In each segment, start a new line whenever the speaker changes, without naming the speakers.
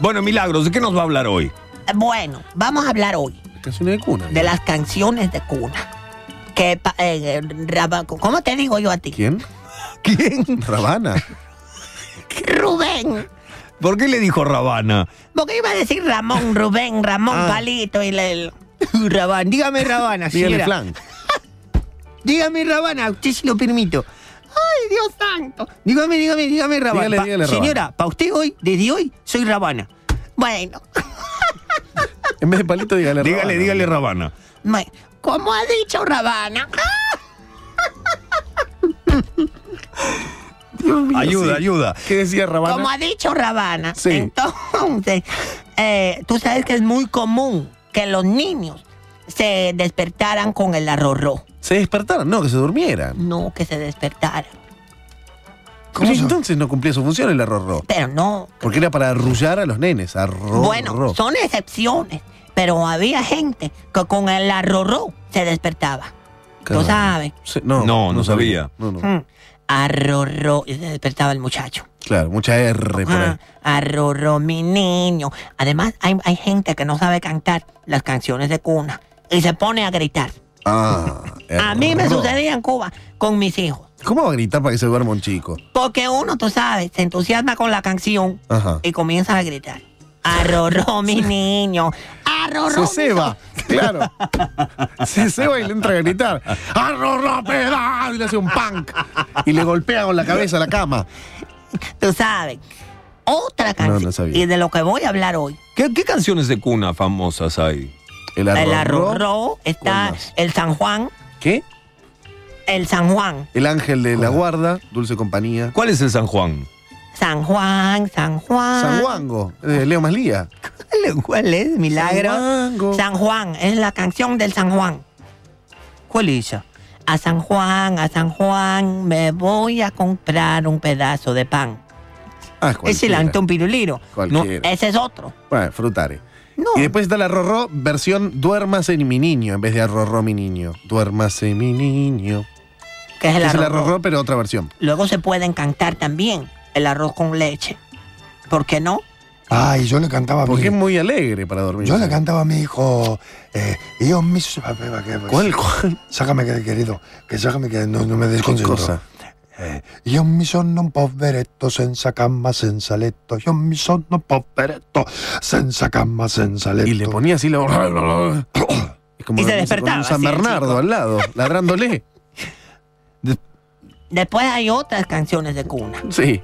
Bueno, Milagros, ¿de qué nos va a hablar hoy?
Bueno, vamos a hablar hoy
Canciones de cuna.
de las canciones de cuna. Que, pa- eh, eh, Raba- ¿Cómo te digo yo a ti?
¿Quién?
¿Quién?
Rabana.
Rubén.
¿Por qué le dijo Rabana?
Porque iba a decir Ramón, Rubén, Ramón
Ah.
Palito y le- el... Rabán, dígame Rabana,
Dígale
señora.
flan.
Dígame Rabana, usted si lo permito. Ay, Dios santo. Dígame, dígame, dígame Rabana.
Dígale,
Pa-
dígale, Rabana.
Señora, para usted hoy, desde hoy, soy Rabana. Bueno,
En vez de palito, dígale rabana.
Dígale, dígale Rabana.
bueno, como ha dicho Rabana.
Ayuda,
sí.
ayuda.
¿Qué decía rabana?
Como ha dicho Rabana.
Sí.
Entonces, eh, tú sabes que es muy común que los niños se despertaran con el arrorró.
Se despertaron. No, que se durmieran.
No que se despertaran.
¿Cómo entonces no cumplía su función el arrorro?
Pero no.
Porque era para arrullar a los nenes. Arrorro.
Bueno, son excepciones. Pero había gente que con el arrorró se despertaba.
Claro.
Tú sabes.
Sí, No,
No, no sabía.
No, no.
Mm. Arrorró. Y se despertaba el muchacho.
Claro, mucha R por ahí.
Ah, arrorró mi niño. Además, hay, hay gente que no sabe cantar las canciones de cuna. Y se pone a gritar.
Ah,
A mí me
error.
sucedía en Cuba con mis hijos.
¿Cómo va a gritar para que se duerma un chico?
Porque uno, tú sabes, se entusiasma con la canción
Ajá.
y comienza a gritar. Arroró mi niño. Arroró.
Se
mi
ceba, claro. Se ceba y le entra a gritar. ¡Arrorro pedazo! Y le hace un punk. Y le golpea con la cabeza a la cama.
so-". Tú sabes. Otra canción.
no sabía.
Y de lo que voy a hablar hoy.
¿Qué, qué canciones de cuna famosas hay?
El
El
arrorro.
arroró
¿Cuál
está
más?
el San Juan.
¿Qué?
El San Juan.
El ángel de la guarda, dulce compañía.
¿Cuál es el San Juan?
San Juan, San Juan.
San Juango, de Leo Maslía.
¿Cuál- ¿Cuál es, milagro?
San Juango.
San Juan, es la canción del San Juan. ¿Cuál es esa? A San Juan, a San Juan, me voy a comprar un pedazo de pan.
Ah,
Es el
cualquiera,
Antón Piruliro.
Cualquiera.
Ese es otro.
Bueno, frutare.
No.
Y después está la Rorró versión Duérmase mi niño, en vez de Arrorró mi niño. Duérmase mi niño.
que es el
es el
arroz.
Rorró, pero otra versión.
Luego se pueden cantar también el arroz con leche. ¿Por qué no?
Ay, yo le cantaba a mi
Porque es muy alegre para dormir.
Ah, Yo le cantaba a mi hijo. Eh, Dios mío, que-
¿Cuál, cuál?
Sácame, que- querido. Que sácame, que no, no me desconcentro.
cosa?
Eh, io mi sono poveretto senza camma, senza letto. Io mi sono poveretto senza camma, senza letto.
Y le ponía así la. Es como
Y se
dormirse
despertaba
Con un San
así el
Bernardo
chico.
al lado, ladrándole.
Después hay otras canciones de cuna.
Sí.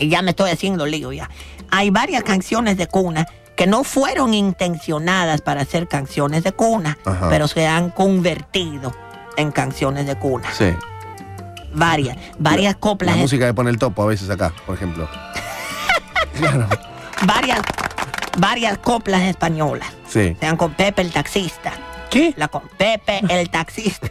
Y ya me estoy haciendo lío ya. Hay varias canciones de cuna que no fueron intencionadas para ser canciones de cuna,
Ajá.
pero se han convertido en canciones de cuna.
Sí.
Varias, varias
La
coplas,
música que pone el topo a veces acá, por ejemplo. claro.
varias, varias coplas españolas.
Sí.
Sean con Pepe el taxista,
¿Qué?
la con Pepe el taxista.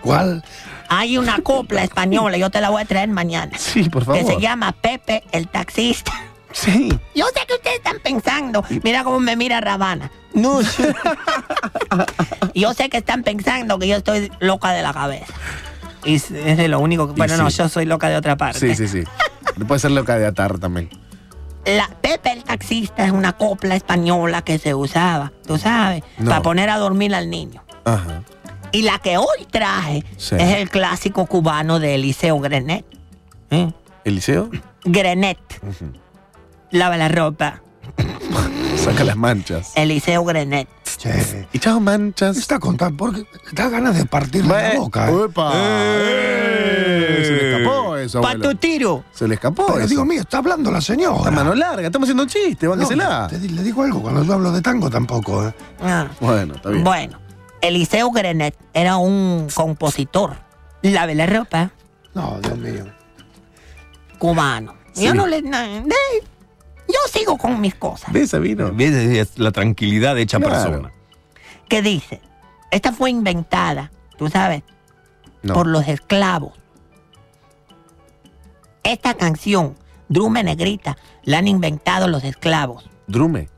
¿Cuál?
Hay una copla española, yo te la voy a traer mañana,
Sí, por
que se
favor.
llama Pepe el taxista.
Sí.
Yo sé que ustedes están pensando, mira cómo me mira Rabana.
No,
Yo sé que están pensando que yo estoy loca de la cabeza. Y es es de lo único que. Bueno, no,
sí.
yo soy loca de otra parte.
Sí, sí, sí. Puede ser loca de atar también.
La Pepe el taxista es una copla española que se usaba, tú sabes,
No.
para poner a dormir al niño.
Ajá.
Y la que hoy traje
Sí.
es el clásico cubano de Eliseo Grenet. ¿Eh?
¿Eliseo?
Grenet. Lava la ropa.
Saca las manchas.
Eliseo Grenet.
Che,
Y chao, manchas.
está contando porque da ganas de partirle la
Ve-
boca. eh.
¡Uepa!
¡Eh!
¡Eh! Se le escapó eso,
Pa' tu
abuelo.
tiro.
Se le escapó
Pero,
eso.
Dios mío, está hablando la
pues, eh. Está
señora.
mano larga, estamos haciendo un chiste,
No,
bánquesela.
te di- le digo algo, cuando yo hablo de tango tampoco. eh.
Ah.
Bueno, está bien.
Bueno, Eliseo Grenet era un compositor. Lave la ropa.
No, Dios mío.
cubano. Yo no le. na- de- yo sigo con mis cosas.
¿Ves, Sabino?
¿Ves? Es la tranquilidad de hecha
Claro.
persona.
Que dice: Esta fue inventada, tú sabes,
No.
por los esclavos. Esta canción, Drume Negrita, la han inventado los esclavos.
Drume.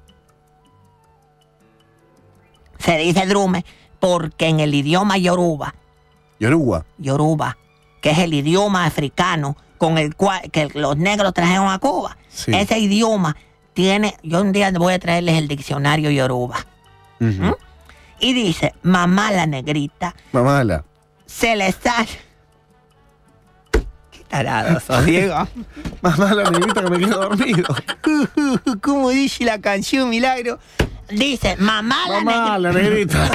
Se dice Drume porque en el idioma yoruba,
Yoruba.
yoruba, que es el idioma africano con el cual que los negros trajeron a Cuba,
Sí.
ese idioma tiene, yo un día voy a traerles el diccionario Yoruba.
Ujú.
Y dice, mamá la negrita,
Mamala.
se le sale... Qué tarado sos, Diego.
Mamala, negrita que me quedo dormido.
¿Cómo dice la canción, Milagro? Dice, mamá la negrita...
Mamala, negrita.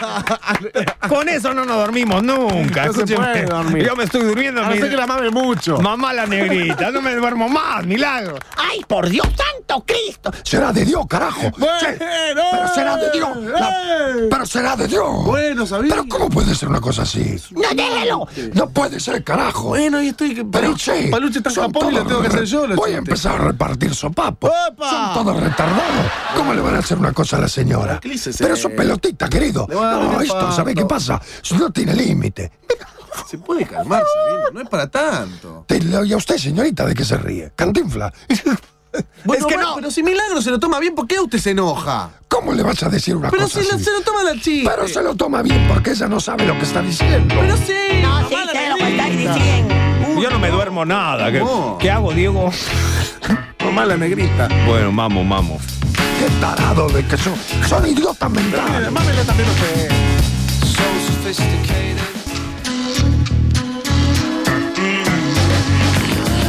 Con eso no nos dormimos nunca.
No se
escúcheme.
puede dormir.
Yo me estoy durmiendo.
A no
mi-
ser que la mame mucho.
Mamá la negrita, no me duermo más, milagro.
¡Ay, por Dios santo Cristo!
Será de Dios, carajo.
Bueno,
Sí, pero será de Dios. la-
eh.
pero será de Dios.
Bueno, ¿sabía?
Pero ¿cómo puede ser una cosa así?
¡No, déjelo!
No puede ser, carajo.
Bueno, ahí estoy. que
Pero
Paluche-
che,
Paluche está en
son
Japón y lo
todos
tengo que hacer
re-
yo. los
Voy a
chistes.
empezar a repartir sopapo.
¡Opa!
Son todos retardados. ¿Cómo le van a hacer una cosa a la señora?
Tranquilícese.
Pero son pelotitas, querido.
eh? Le van a dar
No,
un
esto,
infarto.
¿sabés qué pasa? No tiene límite.
Se puede calmar, Sabino. No es para tanto.
Te lo- Y a usted, señorita, ¿de qué se ríe? Cantinfla.
Bueno,
que
bueno,
no.
Pero si Milagro se lo toma bien, ¿por qué usted se enoja?
¿Cómo le vas a decir una
Pero
cosa
si lo-
así?
se lo toma la chica.
Pero se lo toma bien porque ella no sabe lo que está diciendo.
Pero sí.
No,
mamá,
sí,
la
sé lo que
negrita.
estáis diciendo.
Yo no me duermo nada. ¿Qué,
No.
qué hago, Diego?
Mamá la negrita.
Bueno, mamo, mamo.
Qué tarado de que son. Son idiotas mendrados.
Mamá la también usted.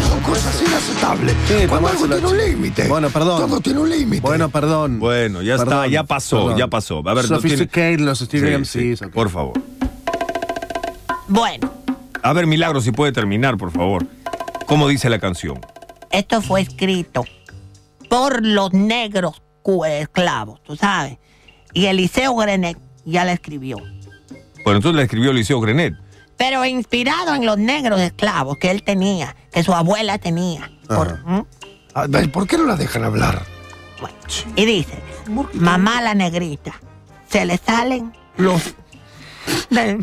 Son cosas inaceptables.
Sí,
Cuando algo
tomárselo
tiene un
así.
límite.
Bueno, perdón.
Todo tiene un límite.
Bueno, perdón.
Bueno, ya está, ya pasó, ya pasó. A ver, no tiene-
Sophisticated los Steve
Sí, sí, Por favor.
Bueno,
A ver, milagro, si puede terminar, por favor. ¿Cómo dice la canción?
esto fue escrito por los negros cu- eh, esclavos, tú sabes. Y Eliseo Grenet ya la escribió.
Bueno, entonces la escribió Liceo Grenet.
Pero inspirado en los negros esclavos que él tenía, que su abuela tenía. Por- ¿Mm?
A ver, Ah, ¿Por qué no la dejan hablar?
Bueno, y dice, mamá la negrita, se le salen los... de-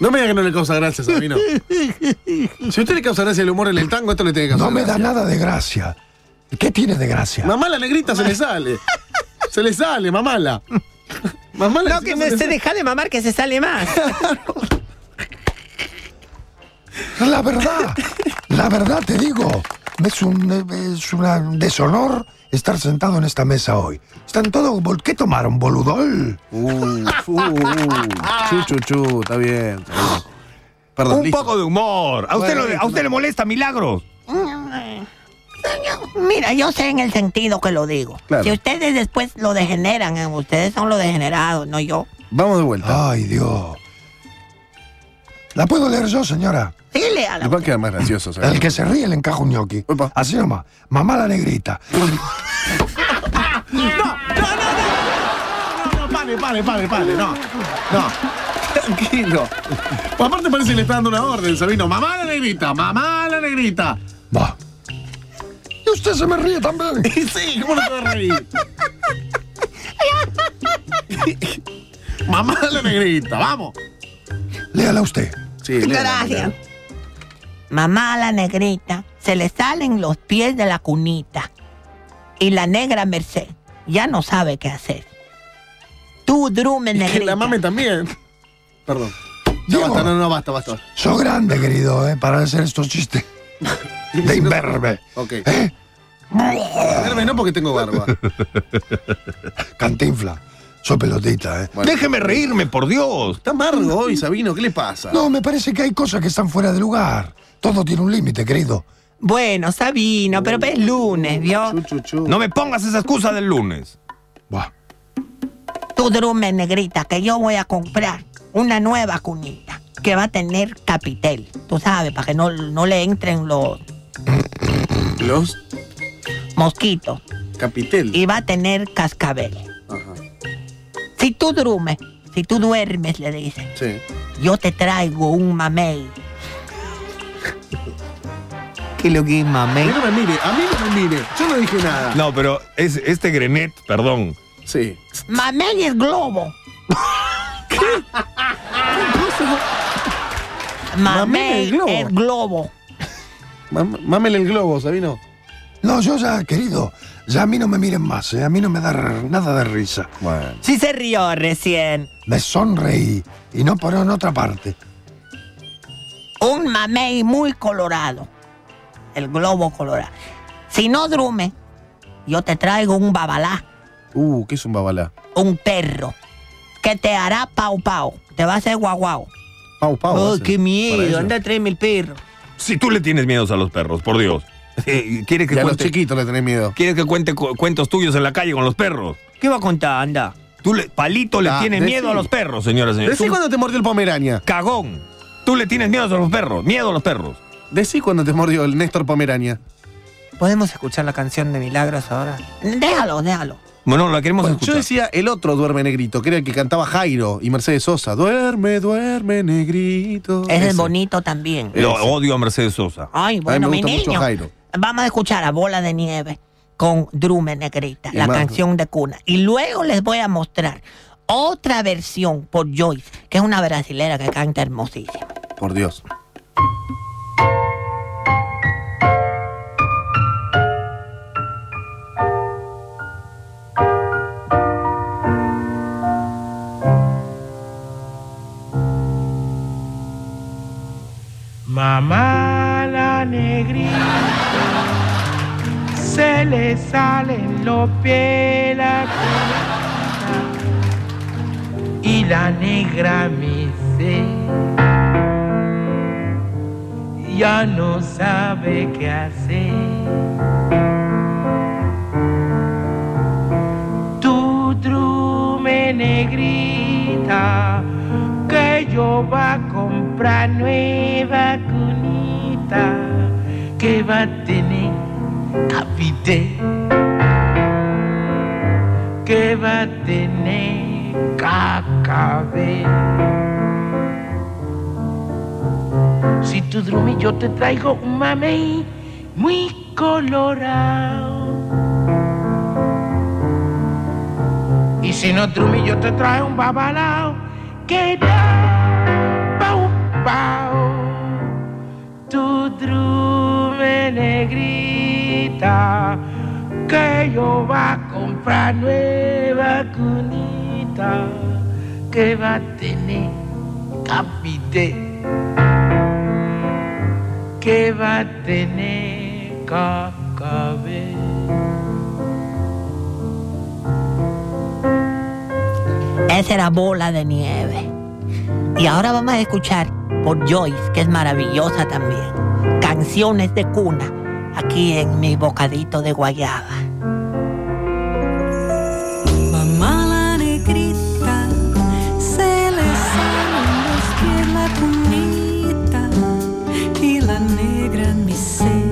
No me diga que no le causa gracia, Sabino. si a usted le causa gracia el humor en el tango, esto le tiene que causar
No me da
gracia.
nada de gracia. ¿Qué tiene de gracia?
Mamá la negrita se le sale. Se le sale, mamala. Mamá la
No, que me, se deja de mamar que se sale más.
La verdad, la verdad te digo, es un, eh, es una- un deshonor estar sentado en esta mesa hoy. Están todos... bol- ¿Qué tomaron, boludol?
Uh, uh, chu, chu, chu, está bien. está bien. Perdón,
Un
listo.
poco de humor. ¿A usted,
Bueno,
lo- a usted le molesta, milagros?
Mira, yo sé en el sentido que lo digo.
Claro.
Si ustedes después lo degeneran, eh, ustedes son los degenerados, no yo.
Vamos de Ah. vuelta.
Ay, Dios. ¿La puedo leer yo, señora?
Sí, léala.
Nos va a quedar más gracioso, ¿sabes?
El que se ríe le encaja un ñoqui.
Opa.
Así nomás. Mamá la negrita.
No, no, pare, pare, pare, pare, no. No. Tranquilo. Aparte parece que le está dando una orden, Sabino. Mamá la negrita, mamá la negrita.
Va. Y usted se me ríe también.
Y sí, ¿cómo no te vas a reír? mamá la negrita, vamos.
Léala usted.
Sí,
Gracias. Mamá a la negrita se le salen los pies de la cunita y la negra Merced ya no sabe qué hacer. Tú, drume
Que
negrita.
la mame también. Perdón. No,
Diego,
basta, no, no, basta, basta.
sos grande, querido, ¿eh? para hacer estos chistes de imberbe.
Ok.
¿Eh?
Ah.
Hermes, no porque tengo barba.
Cantinfla. Sos pelotita, ¿eh?
Bueno.
Déjeme reírme, por Dios.
Está amargo hoy, Sabino, ¿qué le pasa?
No, me parece que hay cosas que están fuera de lugar. Todo tiene un límite, querido.
Bueno, Sabino, pero es lunes, ¿vio?
Chu, chu, chu.
No me pongas esa excusa del lunes.
Buah.
Tú, drume negrita, que yo voy a comprar una nueva cunita que va a tener capitel. Tú sabes, para que no, no le entren los
Los
mosquitos.
capitel.
Y va a tener cascabel.
Ajá.
Si tú duermes, si tú duermes, le dicen,
Sí.
yo te traigo un mamey. ¿Qué lo que es
A mí
mamey?
no me mire, a mí no me mire. Yo no dije nada.
No, pero es, este Grenet, perdón.
Sí.
Mamey es globo.
Mamey
Mamey
es globo.
es globo.
Mam- Mámele el globo, Sabino.
No, yo ya, querido, ya a mí no me miren más, ¿eh? A mí no me da r- nada de risa.
Bueno.
Sí se rió recién.
Me sonreí, y no por en otra parte.
Un mamey muy colorado. El globo colorado. Si no drume, yo te traigo un babalá,
Uh, ¿qué es un babalá?
un perro, que te hará pau pau. Te va a hacer guau guau.
Pau, pau.
Oh,
hacen
qué
Ah, para ellos.
miedo. Anda, tráeme el perro.
Si tú le tienes miedos a los perros, por Dios. ¿Quieres que,
Ya a los
cuente,
chiquitos le tenés miedo.
¿Quieres que cuente cu- cuentos tuyos en la calle con los perros?
¿Qué va a contar, anda?
Tú le, Palito le
Ah,
tiene
decí.
miedo a los perros, señoras y señores.
Decí
Tú-
cuando te mordió el pomerania.
Cagón. Tú le tienes miedo a los perros. Miedo a los perros.
Decí cuando te mordió el Néstor Pomerania.
¿Podemos escuchar la canción de Milagros ahora? Déjalo, déjalo.
Bueno, la queremos
Bueno, Pues yo
escuchar.
decía el otro Duerme Negrito, que era el que cantaba Jairo y Mercedes Sosa. Duerme, duerme, negrito.
Es el
Ese.
bonito también.
Lo odio a Mercedes Sosa.
Ay, bueno,
me
mi
gusta mucho
niño.
Jairo.
Vamos a escuchar a Bola de Nieve con Drume Negrita,
Y
la
más.
canción de cuna. Y luego les voy a mostrar otra versión por Joyce, que es una brasilera que canta hermosísima.
Por Dios.
Mamá la negrita se le salen los pies la cuna, y la negra me dice ya no sabe qué hacer. Tú drume negrita que yo va a comprar nueva cunita que va a tener capite que va a tener cacabe si tú drumes yo te traigo un mamey muy colorado Y si no trumillo te trae un babalao que da pau pau. Tu drume negrita que yo va a comprar nueva cunita que va a tener capite que va a tener cacabe.
Esa era Bola de Nieve. Y ahora vamos a escuchar por Joyce, que es maravillosa también, canciones de cuna, aquí en mi bocadito de guayaba.
Mamá la negrita se le salen los pies la cunita y la negra me sé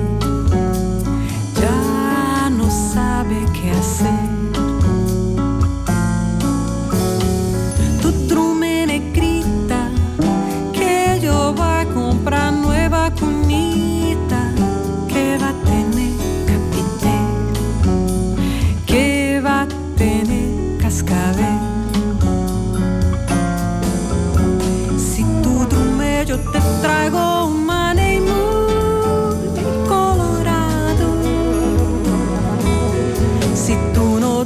ya no sabe qué hacer. Tu trume negrita que yo va a comprar nueva cunita que va a tener capité que va a tener cascabel. Si tú duermes yo te traigo un maní muy colorado. Si tú no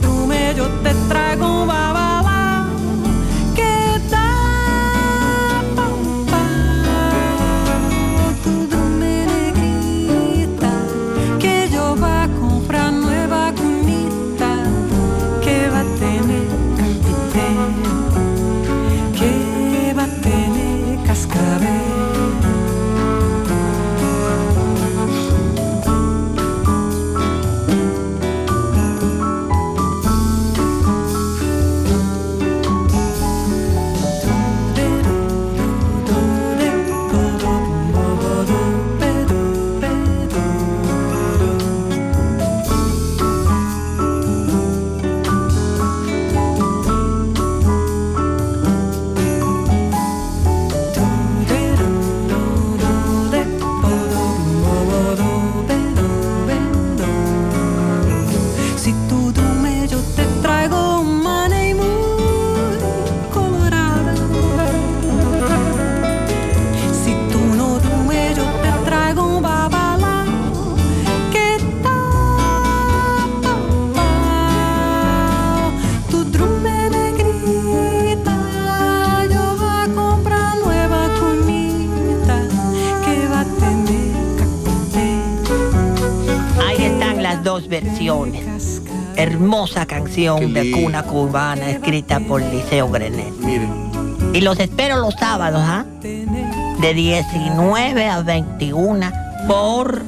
canciones. Hermosa canción de cuna cubana escrita por Liceo Grenet.
Miren.
Y los espero los sábados, ¿ah? De 19 a 21 por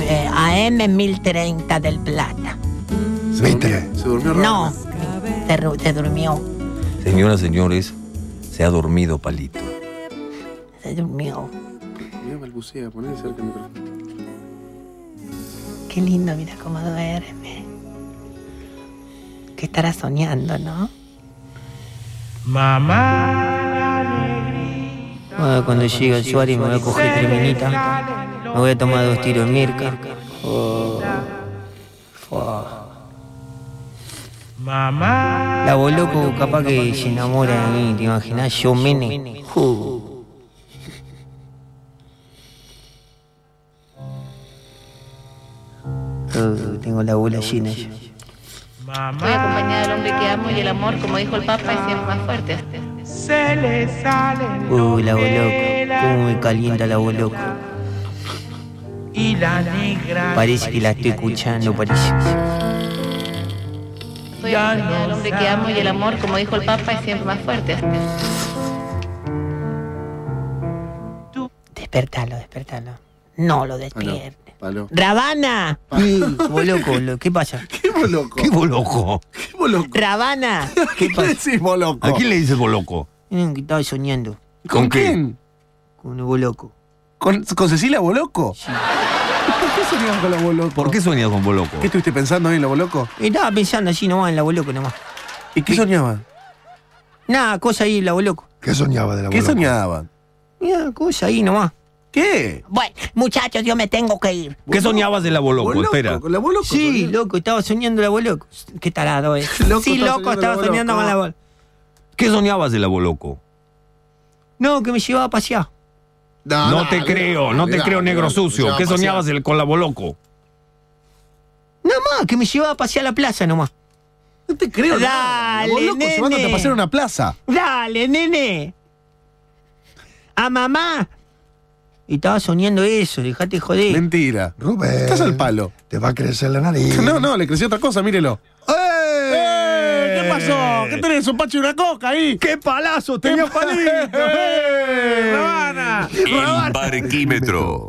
eh, AM 1030 del Plata.
Se
Mitre.
durmió- Se durmió
No,
Rafa.
se, ru- se durmió,
Señoras, señores, se ha dormido Palito.
se durmió.
Mira, balbucea, ponele cerca el micrófono.
Qué lindo, mira cómo duerme. Que estará soñando, ¿no?
Ah, cuando llegue al Suárez me voy a coger tres minitas. Me voy a tomar dos tiros de Mirka. Oh. Fua. La boloco capaz que se enamora de mí, ¿te imaginas? Yo mene. Uh. Uh, tengo la bola llena ya.
Voy acompañada del hombre que amo y el amor, como dijo el Papa, es siempre más fuerte.
Uh, la boloco. Cómo me calienta la boloco.
y la negra
Parece que la estoy escuchando, parece.
Voy acompañada del hombre que amo y el amor, como dijo el Papa, es siempre más fuerte.
Despertalo, despertalo. No
Ah,
lo despierte.
Palo.
Rabana,
Boloco, lo- ¿qué pasa?
¿Qué boloco?
¿Qué boloco?
¿Qué boloco?
Rabana.
¿Qué decís boloco?
¿A quién le dices boloco?
Mm, que estaba soñando
¿Con qué?
quién?
con un boloco.
¿Con, con Cecilia Boloco? ¿Por qué soñabas con la Boloco?
¿Por qué soñas con boloco?
¿Qué estuviste pensando hoy en la Boloco?
Estaba pensando así nomás en la boloco nomás.
¿Y qué soñaban?
Nada, cosa ahí, la boloco.
¿Qué soñaba de la
¿Qué
boloco?
soñaban?
Mira, cosa ahí nomás.
¿Qué?
Bueno, muchachos, yo me tengo que ir.
¿Qué soñabas de la boloco? Espera.
¿Con la Boloco?
Sí,
soñaba.
loco, estaba soñando la boloco. Qué tarado es.
Loco,
sí,
estaba soñando
loco, estaba
la
soñando
boloco.
con la boloco.
¿Qué soñabas de la boloco?
No, que me llevaba a pasear.
Ah, No
dale,
te creo, no te
dale,
creo,
dale,
negro
dale,
sucio.
ya,
¿Qué
pasea.
soñabas del- con la boloco?
Nada más, que me llevaba a pasear a la plaza nomás.
No te creo,
Dale,
Boloco
nene.
llevándote a pasar a una plaza.
Dale, nene. A mamá. Y estaba soñando eso, dejate joder.
Mentira.
Rubén.
Estás al palo.
Te va a crecer la nariz.
No, no, le creció otra cosa, mírelo. ¡Eh! ¿Qué pasó? ¿Qué tenés? ¿Un pacho y una coca ahí?
¡Qué palazo tenía palito!
¡Eh! ¡Rabana!
El barquímetro.